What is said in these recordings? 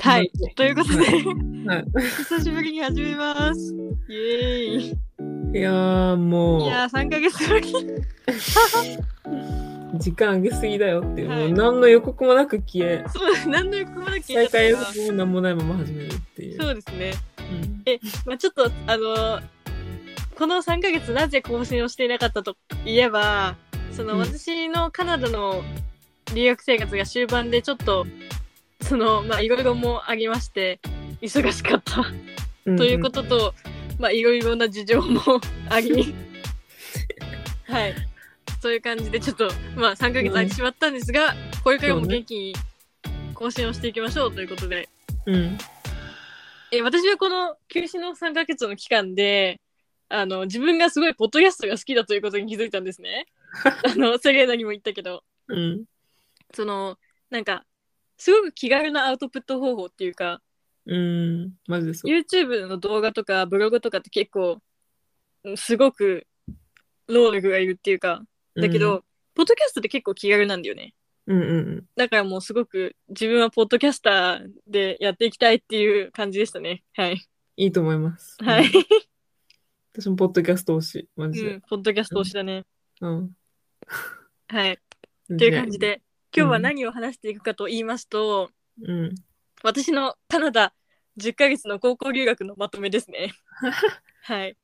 はい。ということで、は久しぶりに始めます。イエーイ。いやーもいやー、3ヶ月ぶり。う時間あげすぎだよっていう、はいもう何の予告もなく消えそう、何の予告もなく聞再いちゃ開っもたから。何もないまま始めるっていうそうですね。うんまあちょっと、あのーこの3ヶ月なぜ更新をしていなかったといえば、その、うん私のカナダの留学生活が終盤でちょっと、その、まあいろいろもありまして、忙しかった。んということと、まあ、いろいろな事情もあり、はい。そういう感じで、ちょっと、まあ、3ヶ月空いてしまったんですが、これからも元気に更新をしていきましょうということで、うんえ、私はこの休止の3ヶ月の期間で、あの、自分がすごいポッドキャストが好きだということに気づいたんですね。あの、セレーナにも言ったけど、うんその、なんか、すごく気軽なアウトプット方法っていうか、うんマジでそう YouTube の動画とかブログとかって結構うんすごく労力がいるっていうかだけど、ポッドキャストって結構気軽なんだよねうんうんうんだからもうすごく自分はポッドキャスターでやっていきたいっていう感じでしたねはいいいと思いますはい、うん私もポッドキャスト推しマ うジでん、ポッドキャスト推しだね、うんはいとっていう感じで今日はうん何を話していくかと言いますと、うん私のカナダ10ヶ月の高校留学のまとめです ねはい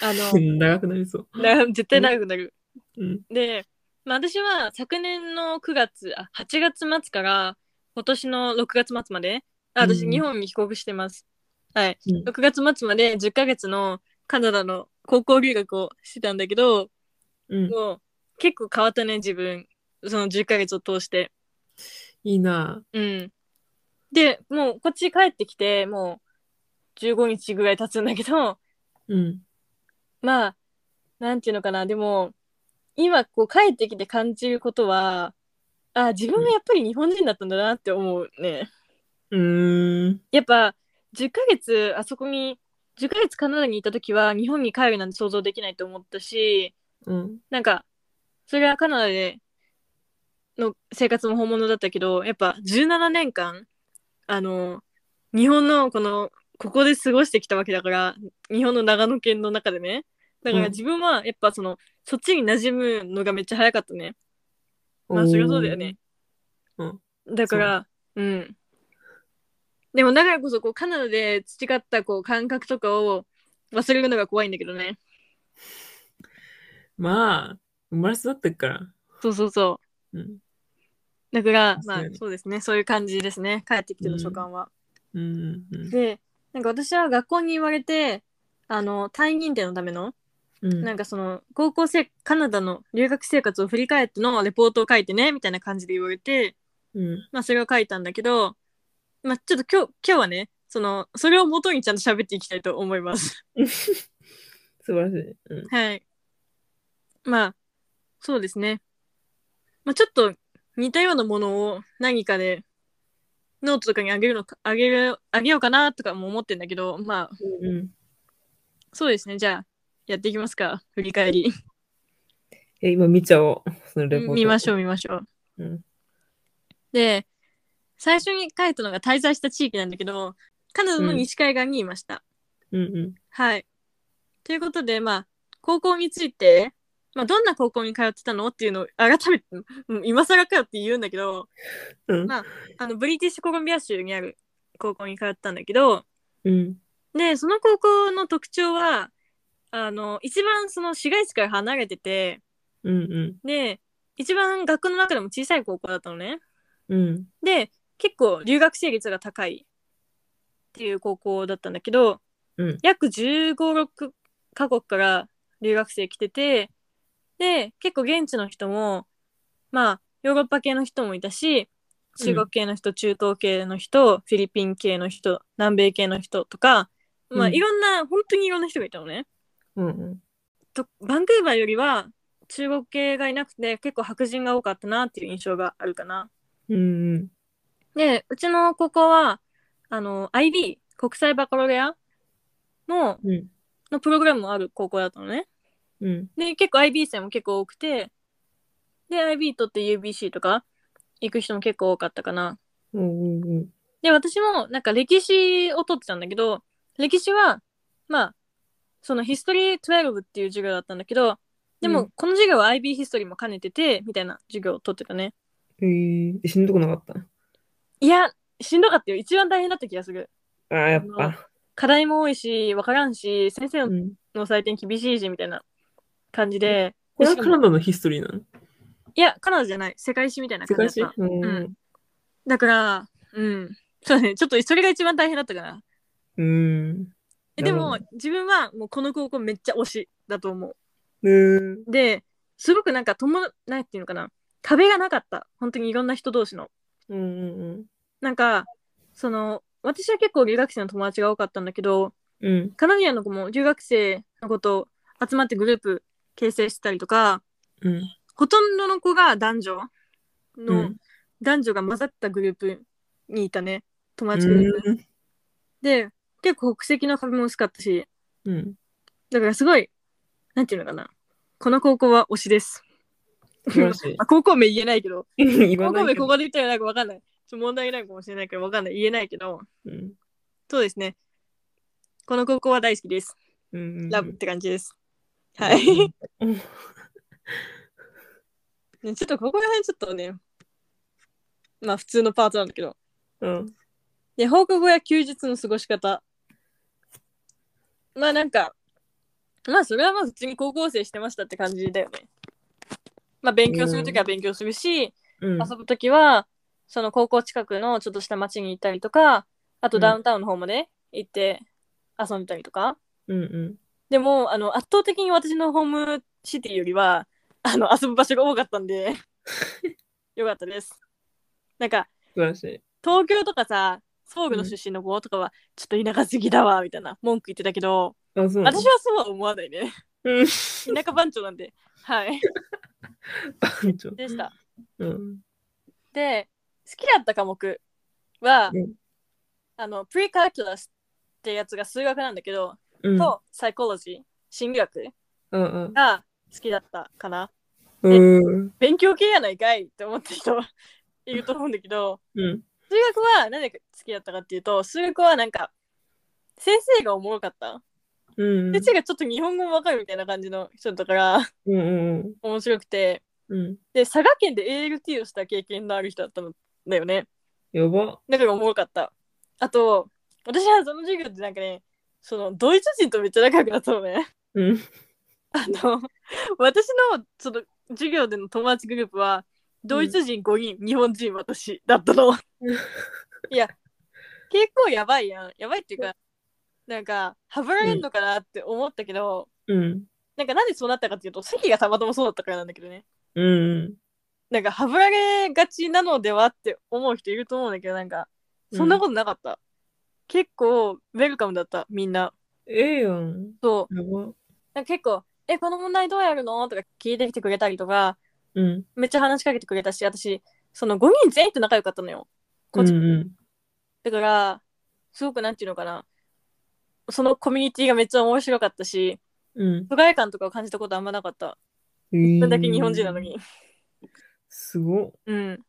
あの長くなりそうな絶対長くなる、うんで、まあ、私は昨年の9月あ8月末から今年の6月末まであ私うん日本に帰国してます、はいうん6月末まで10ヶ月のカナダの高校留学をしてたんだけどうんもう結構変わったね自分その10ヶ月を通していいなうんでもうこっち帰ってきてもう15日ぐらい経つんだけど、うんまあ、なんていうのかな、でも、今こう帰ってきて感じることは、あ自分がやっぱり日本人だったんだなって思うね。うーんやっぱ、10ヶ月あそこに、10ヶ月カナダにいた時は日本に帰るなんて想像できないと思ったし、うんなんか、それはカナダでの生活も本物だったけど、やっぱ17年間、あの、日本のこの、ここで過ごしてきたわけだから、日本の長野県の中でね。だかうらん自分はやっぱその、そっちに馴染むのがめっちゃ早かったね。まあそりゃそうだよね。うんだから、うん。でもだからこそこうカナダで培ったこう感覚とかを忘れるのが怖いんだけどね。まあ生まれ育ってっからそうそうそう。うんだから、そまうあですねそうですね、そういう感じですね、帰ってきてうのん所感は。うんうんで、なんか私は学校に言われて、あの、退院認定のための、うんなんかその、高校生、カナダの留学生活を振り返ってのレポートを書いてね、みたいな感じで言われて、うんまあそれを書いたんだけど、まあちょっと今日、今日はね、その、それを元にちゃんと喋っていきたいと思います。素晴らしい。うん。はい。まあ、そうですね。まあ、ちょっと似たようなものを何かでノートとかにあげるのか、あげる、あげようかなとかも思ってんだけど、まあ、うん、そうですね。じゃあ、やっていきますか。振り返り。え今見ちゃおう。そのレポート。見ましょう。う、見ましょう。うん。で、最初に書いたのが滞在した地域なんだけど、カナダの西海岸にいました。うんはい。ということで、まあ、高校について、まあ、どんな高校に通ってたのっていうのを改めて、うん今更かよって言うんだけど、うん。うんまああのブリティッシュコロンビア州にある高校に通ったんだけどうん。でその高校の特徴はあの一番その市街地から離れててうんで一番学区の中でも小さい高校だったのねうん。うん。で結構留学生率が高いっていう高校だったんだけど、うん約1 5 6カ国から留学生来ててで結構現地の人もまあヨーロッパ系の人もいたし中国系の人、中東系の人フィリピン系の人南米系の人とかまあ、うんいろんな本当にいろんな人がいたのね。うんうん。とバンクーバーよりは中国系がいなくて結構白人が多かったなっていう印象があるかな。うんうん。で、うちの高校は、あの、IB、国際バカロレアの、うんのプログラムもある高校だったのね。うん。で、結構 IB 生も結構多くて、で、IB 取って UBC とか行く人も結構多かったかな。うんうんうん。で、私もなんか歴史を取ってたんだけど、歴史は、まあ、そのヒストリー12っていう授業だったんだけど、でうもんこの授業は IB ヒストリーも兼ねてて、みたいな授業を取ってたね。えー、えしんどくなかったいや、しんどかったよ。一番大変だった気がする。ああ、やっあのぱ。課題も多いし、わからんし、先生うん。の採点厳しいし、みたいな感じで。これはしかカもナダのヒストリーなのいや、カナダじゃない。世界史みたいな世感界じ史だった。うんんだから、うん。そうね。ちょっとそれが一番大変だったかな。うん。えなでるほも、自分はもうこの高校めっちゃ推しだと思ど。うん。う。で、すごくなんか友、なんていうのかな。壁がなかった。本当にいろんな人同士の。うんうんなんか、その、私は結構留学生の友達が多かったんだけど、うん。うん。カナディアンの子も留学生の子と集まってグループ形成したりとか、うん。ほとんどの子が男女の、うん男女が混ざったグループにいたね。友達グループ。うで、結構国籍の壁も薄かったし、ん。うん。だからすごい、なんていうのかな。この高校は推しです。素晴らしいあ高校名言えないけど、言わ高校ない名こけどこで言ったらなんかわかんない。ちょっと問題ないかもしれないからわかんない。言えないけど、うんそうですね。この高校は大好きです。うんうんラブって感じです。うんはい。うんねちょっとここら辺ちょっとね、まあ普通のパートなんだけど。うん。で、放課後や休日の過ごし方。まあなんか、まあそれはまあ普通に高校生してましたって感じだよね。まあ勉強するときは勉強するし、うん。遊ぶときは、その高校近くのちょっとした町に行ったりとか、あとダウンタウンの方まで行って遊んでたりとか。うんうん。でも、あの、圧倒的に私のホームシティよりは、あの、遊ぶ場所が多かったん で、よかったです。なんか、素晴らしい。東京とかさ、ソウルの出身の子とかは、ちょっと田舎すぎだわ、みたいな文句言ってたけど、あ、そうなの私はそうは思わないね。うん。田舎番長なんで。はい。番長。でした。うん。で、好きだった科目は、うんあの、プリカーキュラスってやつが数学なんだけど、うん。と、サイコロジー、心理学うんが好きだったかな。うん。うん。勉強系やないかいって思った人 いると思うんだけどうん。数学は何で好きだったかっていうと数学はなんか先生がおもろかった、うん。先生がちょっと日本語もわかるみたいな感じの人だったからうんうん面白くてうん。うん。で佐賀県で ALT をした経験のある人だったんだよねやば。だからおもろかったあと私はその授業でなんかねそのドイツ人とめっちゃ仲良くなったのねうん。あの私のその授業での友達グループはドイツ人5人、日本人私だったの結構やばいやんやばいっていうかなんかハブられんのかなって思ったけど、うん。なんかなんでそうなったかっていうと席がたまたまそうだったからなんだけどねうん。なんかハブられがちなのではって思う人いると思うんだけどなんかそんなことなかった、結構ウェルカムだったみんなええやん。そうやば。なんか結構「えこの問題どうやるの?」とか聞いてきてくれたりとかうん。めっちゃ話しかけてくれたし私その5人全員と仲良かったのよこっちうんだからすごくなんていうのかなそのコミュニティがめっちゃ面白かったしうん。不快感とかを感じたことあんまなかったうん。これだけ日本人なの。にすごっ。うん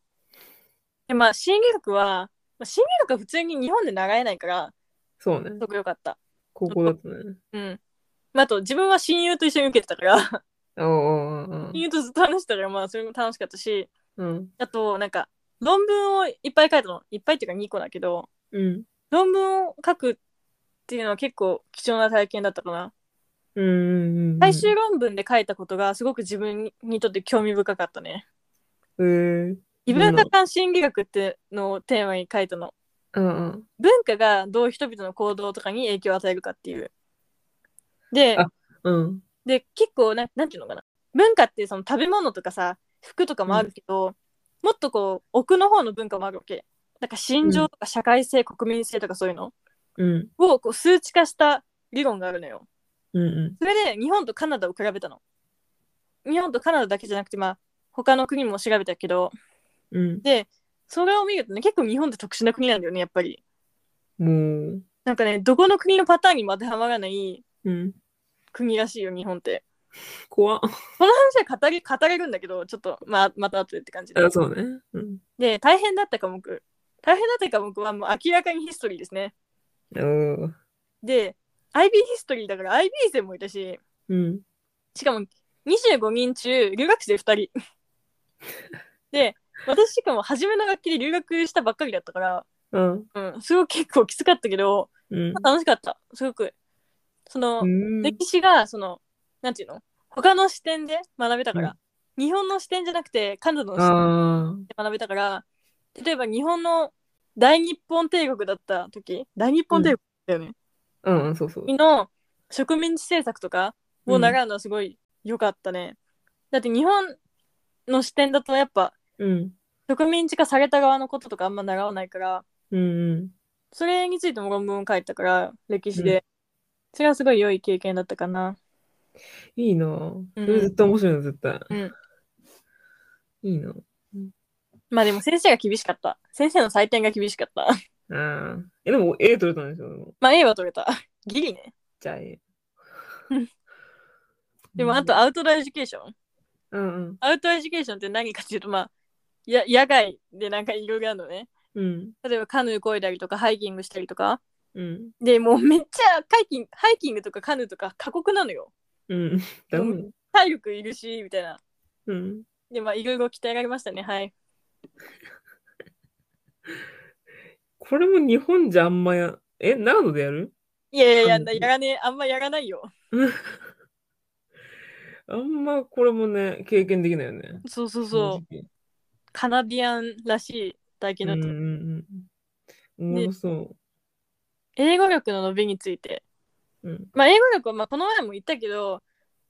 でまあ心理学は、まあ、心理学は普通に日本で習えないからそうねす。ごく良かった高校だったね。うん、まあ、あと自分は親友と一緒に受けてたから 親ああ。友とずっと話してたからまあそれも楽しかったしうん。あとなんか論文をいっぱい書いたのいっぱいっていうか2個だけどうん。論文を書くっていうのは結構貴重な体験だったかなうん。最終論文で書いたことがすごく自分にとって興味深かったね。ええ。異文化間心理学ってのをテーマに書いたの。うんうん。文化がどう人々の行動とかに影響を与えるかっていう。であ、うん。で結構な、なんていうのかな。文化ってその食べ物とかさ、服とかもあるけど、もっとこう、奥の方の文化もあるわけ。なんか心情とか社会性、国民性とかそういうのうん。をこう数値化した理論があるのよ。うん。それで日本とカナダを比べたの。日本とカナダだけじゃなくて、まあ、他の国も調べたけど、うん。で、それを見るとね、結構日本って特殊な国なんだよね、やっぱり。もう。なんかね、どこの国のパターンにも当てはまらないうん。国らしいよ、日本って。怖っ。この話は語り、語れるんだけど、ちょっと、まあ、また後でって感じであ、。そうね。うん。で、大変だった科目。大変だった科目はもう明らかにヒストリーですね。おーで、IB ヒストリーだから IB 生もいたし、うん。しかも25人中留学生2人。 で、私しかも初めの学期で留学したばっかりだったから、あ、うん、すごく結構きつかったけど、うん。楽しかった。すごく。その、うん歴史が、その、なんていうの他の視点で学べたから、日本の視点じゃなくて、カナダの視点あで学べたから、例えば日本の大日本帝国だった時、大日本帝国だよね。あ、うん、そうそう。の植民地政策とかを習うのはすごい良かったね。だって日本の視点だとやっぱうん。植民地化された側のこととかあんま習わないから、うんうん。それについても論文を書いたから、歴史で。それはすごい良い経験だったかな。いいなぁそれ絶対面白いの、絶対。うんいいなまあでも先生が厳しかった。先生の採点が厳しかった。 ああ。え、でも A 取れたんでしょまあ A は取れた。ギリね。じゃあ A うん。 でもあとアウトドアエデュケーション。うんうん。アウトドアエデュケーションって何かっていうと、まあ、や野外でなんかいろいろあるのね。うん。例えばカヌー漕いだりとかハイキングしたりとか。うん。で、もうめっちゃハイキング、ハイキングとかカヌーとか過酷なのよ。うん。ダメだ。体力いるし、みたいな。うん。で、まあいろいろ鍛えられましたね。はい。これも日本じゃあんまや、え、長野でやるいやいやいや、カヌーやらねえ、あんまやらないよ。あんまこれもね、経験できないよね。そうそうそう。う。カナディアンらしい体験うんだうった。んうん。おもろそ英語力の伸びについて。う。うん。まあ英語力はまあこの前も言ったけど、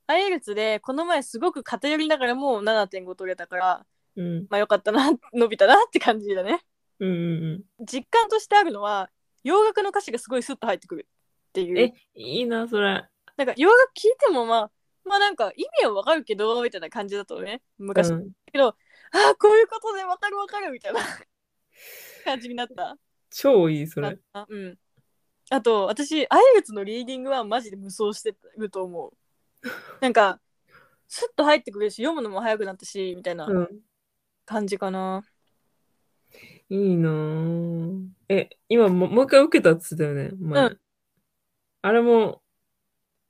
IELTS でこの前すごく偏りながらもう7.5取れたから、うん。まあよかったな、 伸びたなって感じだね。うんうんう実感としてあるのは、洋楽の歌詞がすごいスッと入ってくるっていん。う。え、いいな、それ。なんか洋楽聞いてもまあまあなんか意味はわかるけどみたいな感じだったのね昔、うんああこういうことでわかるわかるみたい な感じになった超いい、それ。あうんあと私アイルツのリーディングはマジで無双してると思うなんかスッと入ってくるし読むのも早くなったしみたいなうん。感じかな、いいなぁ。え、今も、もう一回受けたって言ってたよね、前。うんあれも、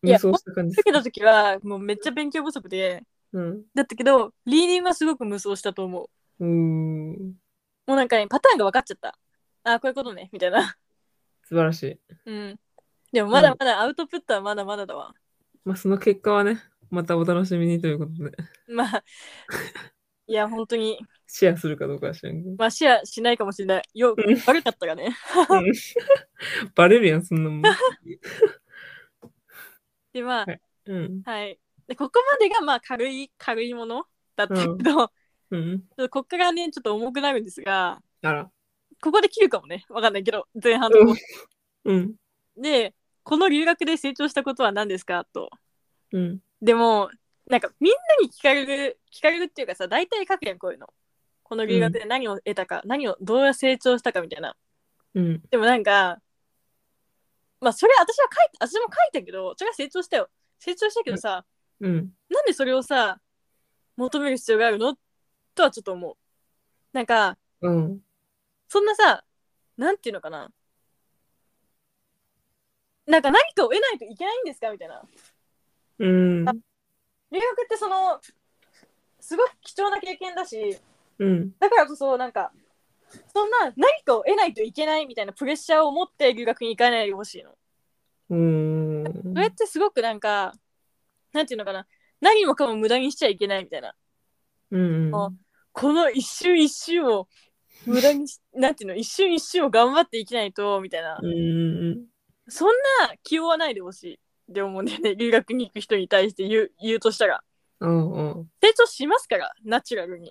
いや無双した感じ受ですけかた時はもうめっちゃ勉強不足でうん。だったけどリーディングはすごく無双したと思ううーん。もうなんかねパターンが分かっちゃったああこういうことねみたいな素晴らしい。うん。でもまだまだアウトプットはまだまだだわ。まあ、その結果はね、またお楽しみにということで、まあ、いや、本当に、シェアするかどうかは知らんけど。まあ、シェアしないかもしれない。よう、悪かったがね。うんバレるやん、そんな もん。で、まあ、うん。はい。で、ここまでが、まあ、軽い、軽いものだったけど、うんちょっうん。とこっからね、ちょっと重くなるんですが、あら。ここで切るかもね。わかんないけど、前半の方。うん。で、この留学で成長したことは何ですかと。うん。でも、なんか、みんなに聞かれる、聞かれるっていうかさ、大体書くやん、こういうの。この留学で何を得たか、何を、どう成長したかみたいな。うん。でもなんか、まあそれ私は書いた、私も書いたけど、それは成長したよ。成長したけどさ、うん。なんでそれをさ、求める必要があるのとはちょっと思う。なんか、うん。そんなさ、なんていうのかな。なんか何かを得ないといけないんですかみたいな。う留ん。学ってその、すごく貴重な経験だし、うん。だからこそなんか、そんな何かを得ないといけないみたいなプレッシャーを持って留学に行かないでほしいの。うーんそれってすごくなんか、なんていうのかな、何もかも無駄にしちゃいけないみたいな。うん。あこの一瞬一瞬を無駄 にし、なんていうの、一瞬一瞬を頑張っていけないと、みたいなう。ん。そんな気負わないでほしい。って思うんだよね。留学に行く人に対して言う、言うとしたら。うん。うん。成長しますから、ナチュラル に。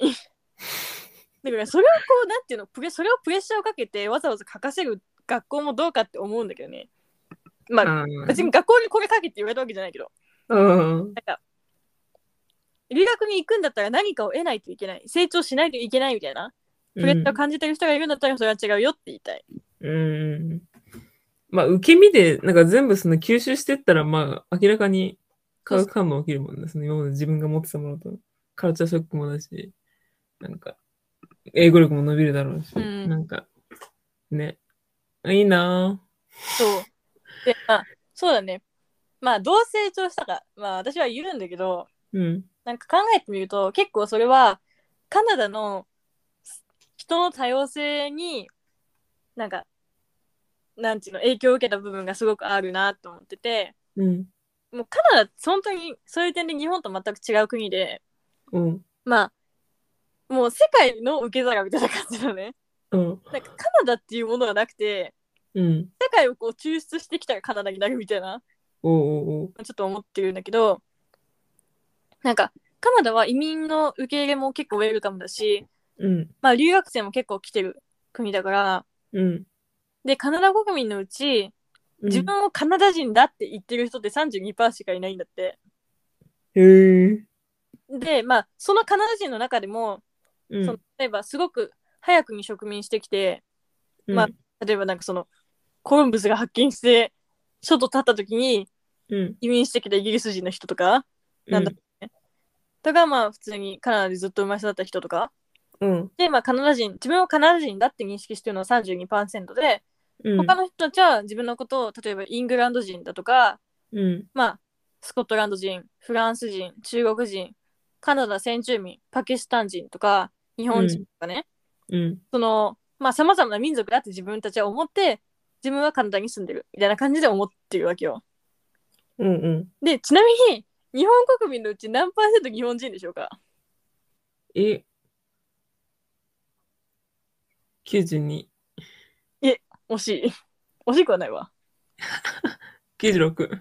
だからそれをこう、なんていうの、プレそれをプレッシャーをかけてわざわざ書かせる学校もどうかって思うんだけどね。まあ、あ別に学校にこれ書けって言われたわけじゃないけど。うん。なんか、留学に行くんだったら何かを得ないといけない、成長しないといけないみたいな、プレッシャーを感じてる人がいるんだったらそれは違うよって言いたい。うん。まあ、受け身で、なんか全部その吸収してったら、まあ、明らかに化学反応起きるもんですね。今まで自分が持ってたものと、カルチャーショックもだし、なんか、英語力も伸びるだろうし、うんなんか、ね。いいなぁそう。で、まあ、そうだね。まあ、どう成長したか、まあ、私は言うんだけど、うん。なんか考えてみると、結構それは、カナダの人の多様性に、なんか、なんていうの、影響を受けた部分がすごくあるなと思ってて、うん。もうカナダって本当にそういう点で日本と全く違う国で、うん。まあ、もう世界の受け皿みたいな感じだね。うん。なんかカナダっていうものがなくて、うん。世界をこう抽出してきたらカナダになるみたいな、おうおうおう。ちょっと思ってるんだけど、なんか、カナダは移民の受け入れも結構ウェルカムだし、うん。まあ留学生も結構来てる国だから、うん。で、カナダ国民のうち、うん自分をカナダ人だって言ってる人って32%しかいないんだって。へえ。で、まあ、そのカナダ人の中でも、うその例えばすごく早くに植民してきてまあ、例えばなんかそのコロンブスが発見して外立った時にうん。移民してきたイギリス人の人とかなんだとかまあ普通にカナダでずっと生まれ育った人とかうん。でまあカナダ人自分をカナダ人だって認識してるのは32%でうん。他の人たちは自分のことを例えばイングランド人だとかうん。まあスコットランド人フランス人中国人カナダ先住民パキスタン人とか日本人とかね、うん。その、まあ、様々な民族だって自分たちは思って、自分はカナダに住んでる、みたいな感じで思ってるわけよ。うん。うん。で、ちなみに、日本国民のうち何パーセント日本人でしょうかえ。92。惜しい。惜しくはないわ。 96。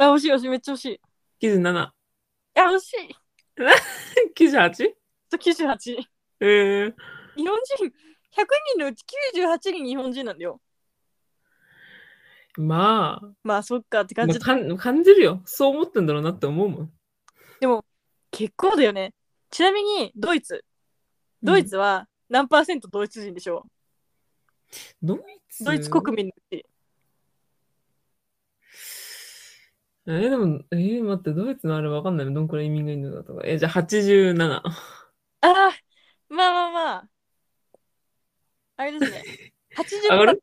あ、惜しい惜しい、めっちゃ惜しい。 97。あ、惜しい。 98? と98。日ええ。本人、100人のうち98人日本人なんだよ。まあ。まあ、そっかって感まじあ。かん感じるよ。そう思ってんだろうなって思うもん。結構だよね。ちなみに、ドイツ。ドイツは何パーセントドイツ人でしょうん。ドイツうドイツ国民のうち。えーでも、えー待って、ドイツのあれわかんないのどんくらい移民がいるのかとか。えーじゃあ87。ああ、まあまあまあ。あれですね。上 80%, がる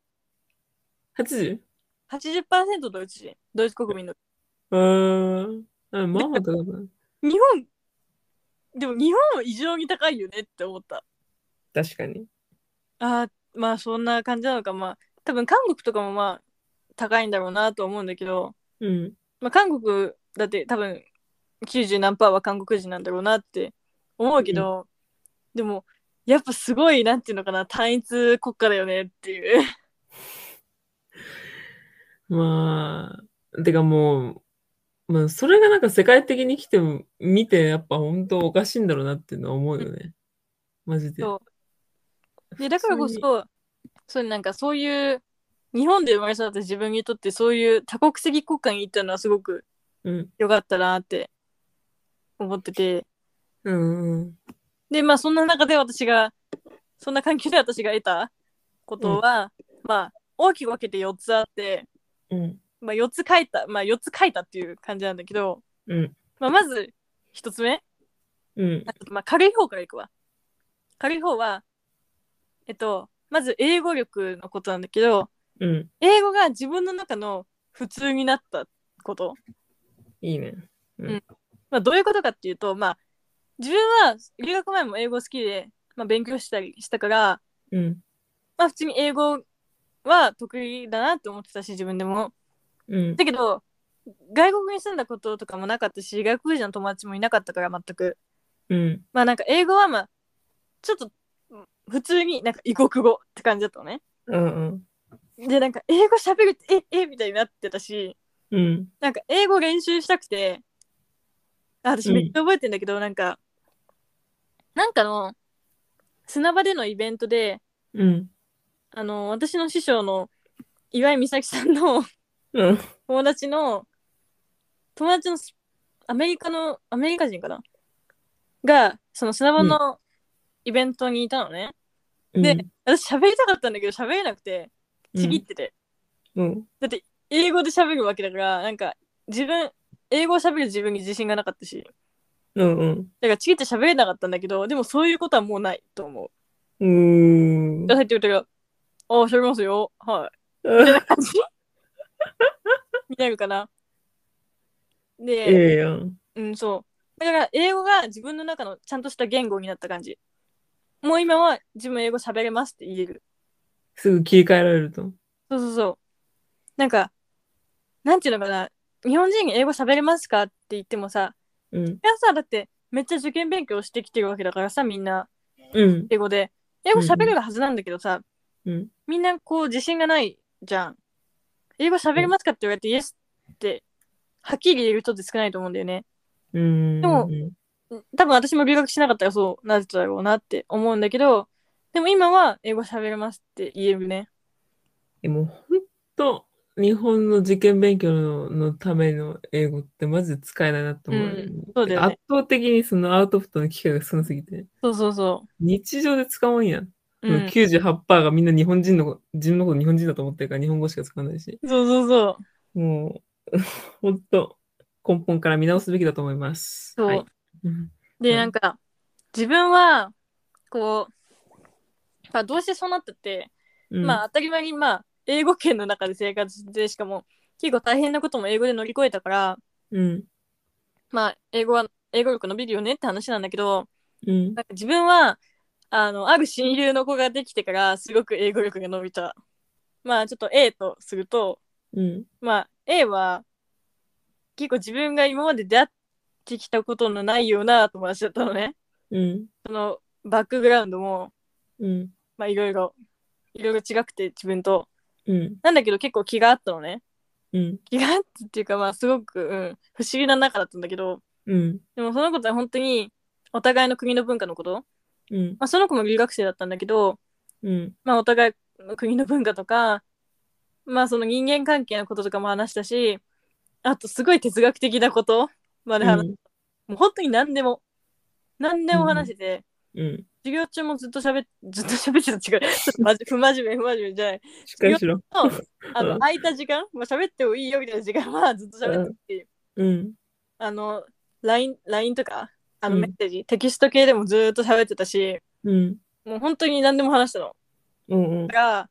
?80? 80%ドイツ人。ドイツ国民の。うーん。あまあまあ高くない。日本、でも日本は異常に高いよねって思った。確かに。ああ、まあそんな感じなのか。まあ多分韓国とかもまあ高いんだろうなと思うんだけど、うん。まあ韓国だって多分90何パーは韓国人なんだろうなって思うけど、でもやっぱすごい、なんていうのかな、単一国家だよねっていう。まあ、てかもう、まあ、それがなんか世界的に来ても、見て、やっぱ本当おかしいんだろうなっていうのは思うよね。マジで。そうでだからこ普通そそうなんかそういう日本で生まれ育った自分にとってそういう多国籍国家に行ったのはすごくうん。良かったなって思っててうんうん。でまあそんな中で私がそんな環境で私が得たことは、まあ大きく分けて4つあって、うん。まあ、4つ書いたまあ4つ書いたっていう感じなんだけど、うん。まあ、まず1つ目、うん。まあ、軽い方からいくわ軽い方はえっとまず英語力のことなんだけど、うん。英語が自分の中の普通になったこと、いいね。まあ、どういうことかっていうと、まあ、自分は留学前も英語好きで、まあ、勉強したりしたから、うん。まあ、普通に英語は得意だなって思ってたし自分でもうん。だけど外国に住んだこととかもなかったし外国人の友達もいなかったから全くうん。まあなんか英語はまあちょっと普通になんか異国語って感じだったのねうん。でなんか英語喋るってええみたいになってたしうん。なんか英語練習したくて、あう私んめっちゃ覚えてんだけど、なんか、なんかの砂場でのイベントで、うん。あの、私の師匠の岩井美咲さんのうん。友達の、友達のスアメリカの、アメリカ人かなが、その砂場のイベントにいたのね。で、私喋りたかったんだけど喋れなくて、ちぎってて。うん。だって英語で喋るわけだからなんか自分英語を喋る自分に自信がなかったしうん。うん。だからちぎって喋れなかったんだけどでもそういうことはもうないと思ううーんだから。さっき言ったけどあ、喋りますよ。はい。みたいな感じになるかな。で、ええやん。うん、そう。だから、英語が自分の中のちゃんとした言語になった感じ。もう今は自分英語喋れますって言える。すぐ切り替えられると。そうそうそう。なんか、なんていうのかな。日本人に英語喋れますかって言ってもさ、うん。いやさ、だってめっちゃ受験勉強してきてるわけだからさ、みんなうん。英語で。英語喋れるはずなんだけどさ、うん。みんなこう自信がないじゃん。英語喋れますかって言われて、イエスって、はっきり言える人って少ないと思うんだよね。うん。でも多分私も留学しなかったらそうなってただろうなって思うんだけど、でも今は英語喋れますって言えるね。でも、ほんと、日本の受験勉強ののための英語ってマジで使えないなって思うよね、うんそうだよね圧倒的にそのアウトプットの機会が少なすぎて、そうそうそ日常で使わんやん。う。うん、そう98%がみんな日本人のこ、自分のこと日本人だと思ってるから日本語しか使わないし、そうそう。もう、ほんと、根本から見直すべきだと思います。そうはい。うんうで、んなんか、自分は、こう、まあ、どうしてそうなったって、うんまあ、当たり前に、まあ、英語圏の中で生活して、しかも、結構大変なことも英語で乗り越えたから、うん。まあ、英語は、英語力伸びるよねって話なんだけど、うん。なんか自分は、あの、ある親友の子ができてから、すごく英語力が伸びた。まあ、ちょっと A とすると、うん。まあ、A は、結構自分が今まで出会ってきたことのないような友達だったのね。うん。その、バックグラウンドも、うん。まあ、いろいろ、いろいろ違くて、自分と。うん。なんだけど、結構気があったのね。うん。気があったっていうか、まあ、すごく、うん、不思議な仲だったんだけど、うん。でもその子とは本当に、お互いの国の文化のことうん。まあ、その子も留学生だったんだけど、うん。まあ、お互いの国の文化とか、まあ、その人間関係のこととかも話したし、あと、すごい哲学的なことまで話、もう本当に何でも、何でも話してて、うん。授業中もずっと喋っ、ずっと喋ってた違う。ちょっとまじ不真面目、不真面目じゃない。しっかりしろ。あ うんの、空いた時間、まあ、喋ってもいいよみたいな時間はずっと喋ってたし、うん。あの、LINE、LINE とか、あの、うんメッセージ、テキスト系でもずっと喋ってたし、うん。もう本当に何でも話したの。うんうんだから、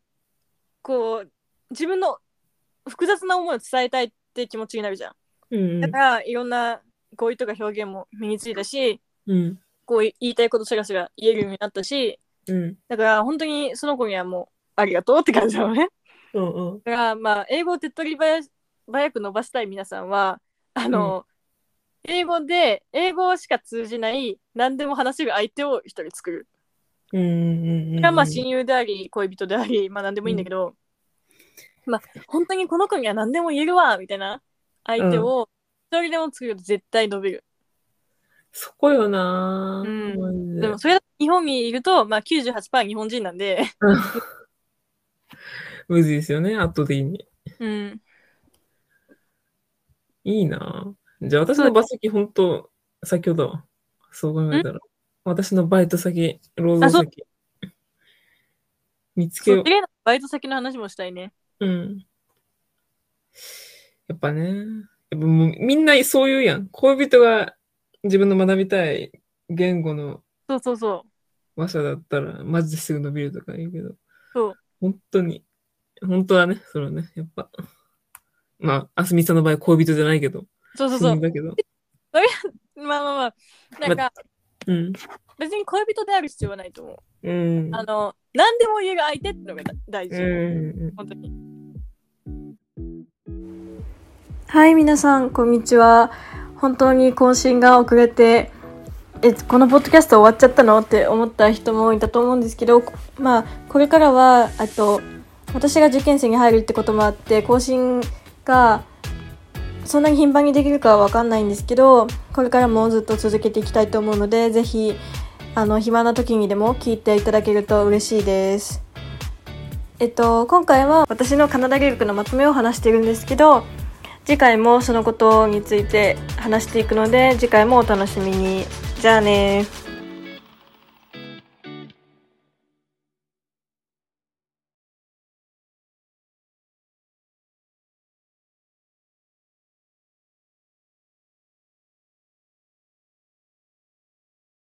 こう、自分の複雑な思いを伝えたいって気持ちになるじゃん。うんだから、いろんな語彙とか表現も身についたし、うんこう言いたいことすらすら言えるようになったし、うんだから本当にその子にはもう、ありがとうって感じなのね。うんうんだからまあ英語を手っ取り早し早く伸ばしたい皆さんはあの、英語で英語しか通じない何でも話せる相手を一人作る。うんうんうそんれはまあ親友であり恋人でありまあ何でもいいんだけど、まあ本当にこの子には何でも言えるわみたいな相手を一人でも作ると絶対伸びる。そこよなぁうんマジでもそれだと日本にいるとまあ98%日本人なんで、むずいですよね圧倒的にうん、いいなぁじゃあ私のバイト先ほんと先ほどそう考えたら私のバイト先労働先見つけそよう綺麗なバイト先の話もしたいね。ううんやっぱねやっぱもうみんなそう言うやん恋人が自分の学びたい言語のそうそうそう。話者だったらマジですぐ伸びるとか言うけどそう本当に、本当はね、それはね、やっぱ。まあ、あすみさんの場合、恋人じゃないけど、そうそうそ親う友。だけど。まあまあまあ。なんか、うん。別に恋人である必要はないと思う。うん。あの、何でも言える相手ってのが大う事。ん。本当に。はい、皆さん、こんにちは。本当に更新が遅れて、え、このポッドキャスト終わっちゃったのって思った人もいたと思うんですけど、まあ、これからは、あと、私が受験生に入るってこともあって、更新が、そんなに頻繁にできるかはわかんないんですけど、これからもずっと続けていきたいと思うので、ぜひ、あの、暇な時にでも聞いていただけると嬉しいです。えっと、今回は私のカナダ留学のまとめを話しているんですけど次回もそのことについて話していくので次回もお楽しみにじゃあね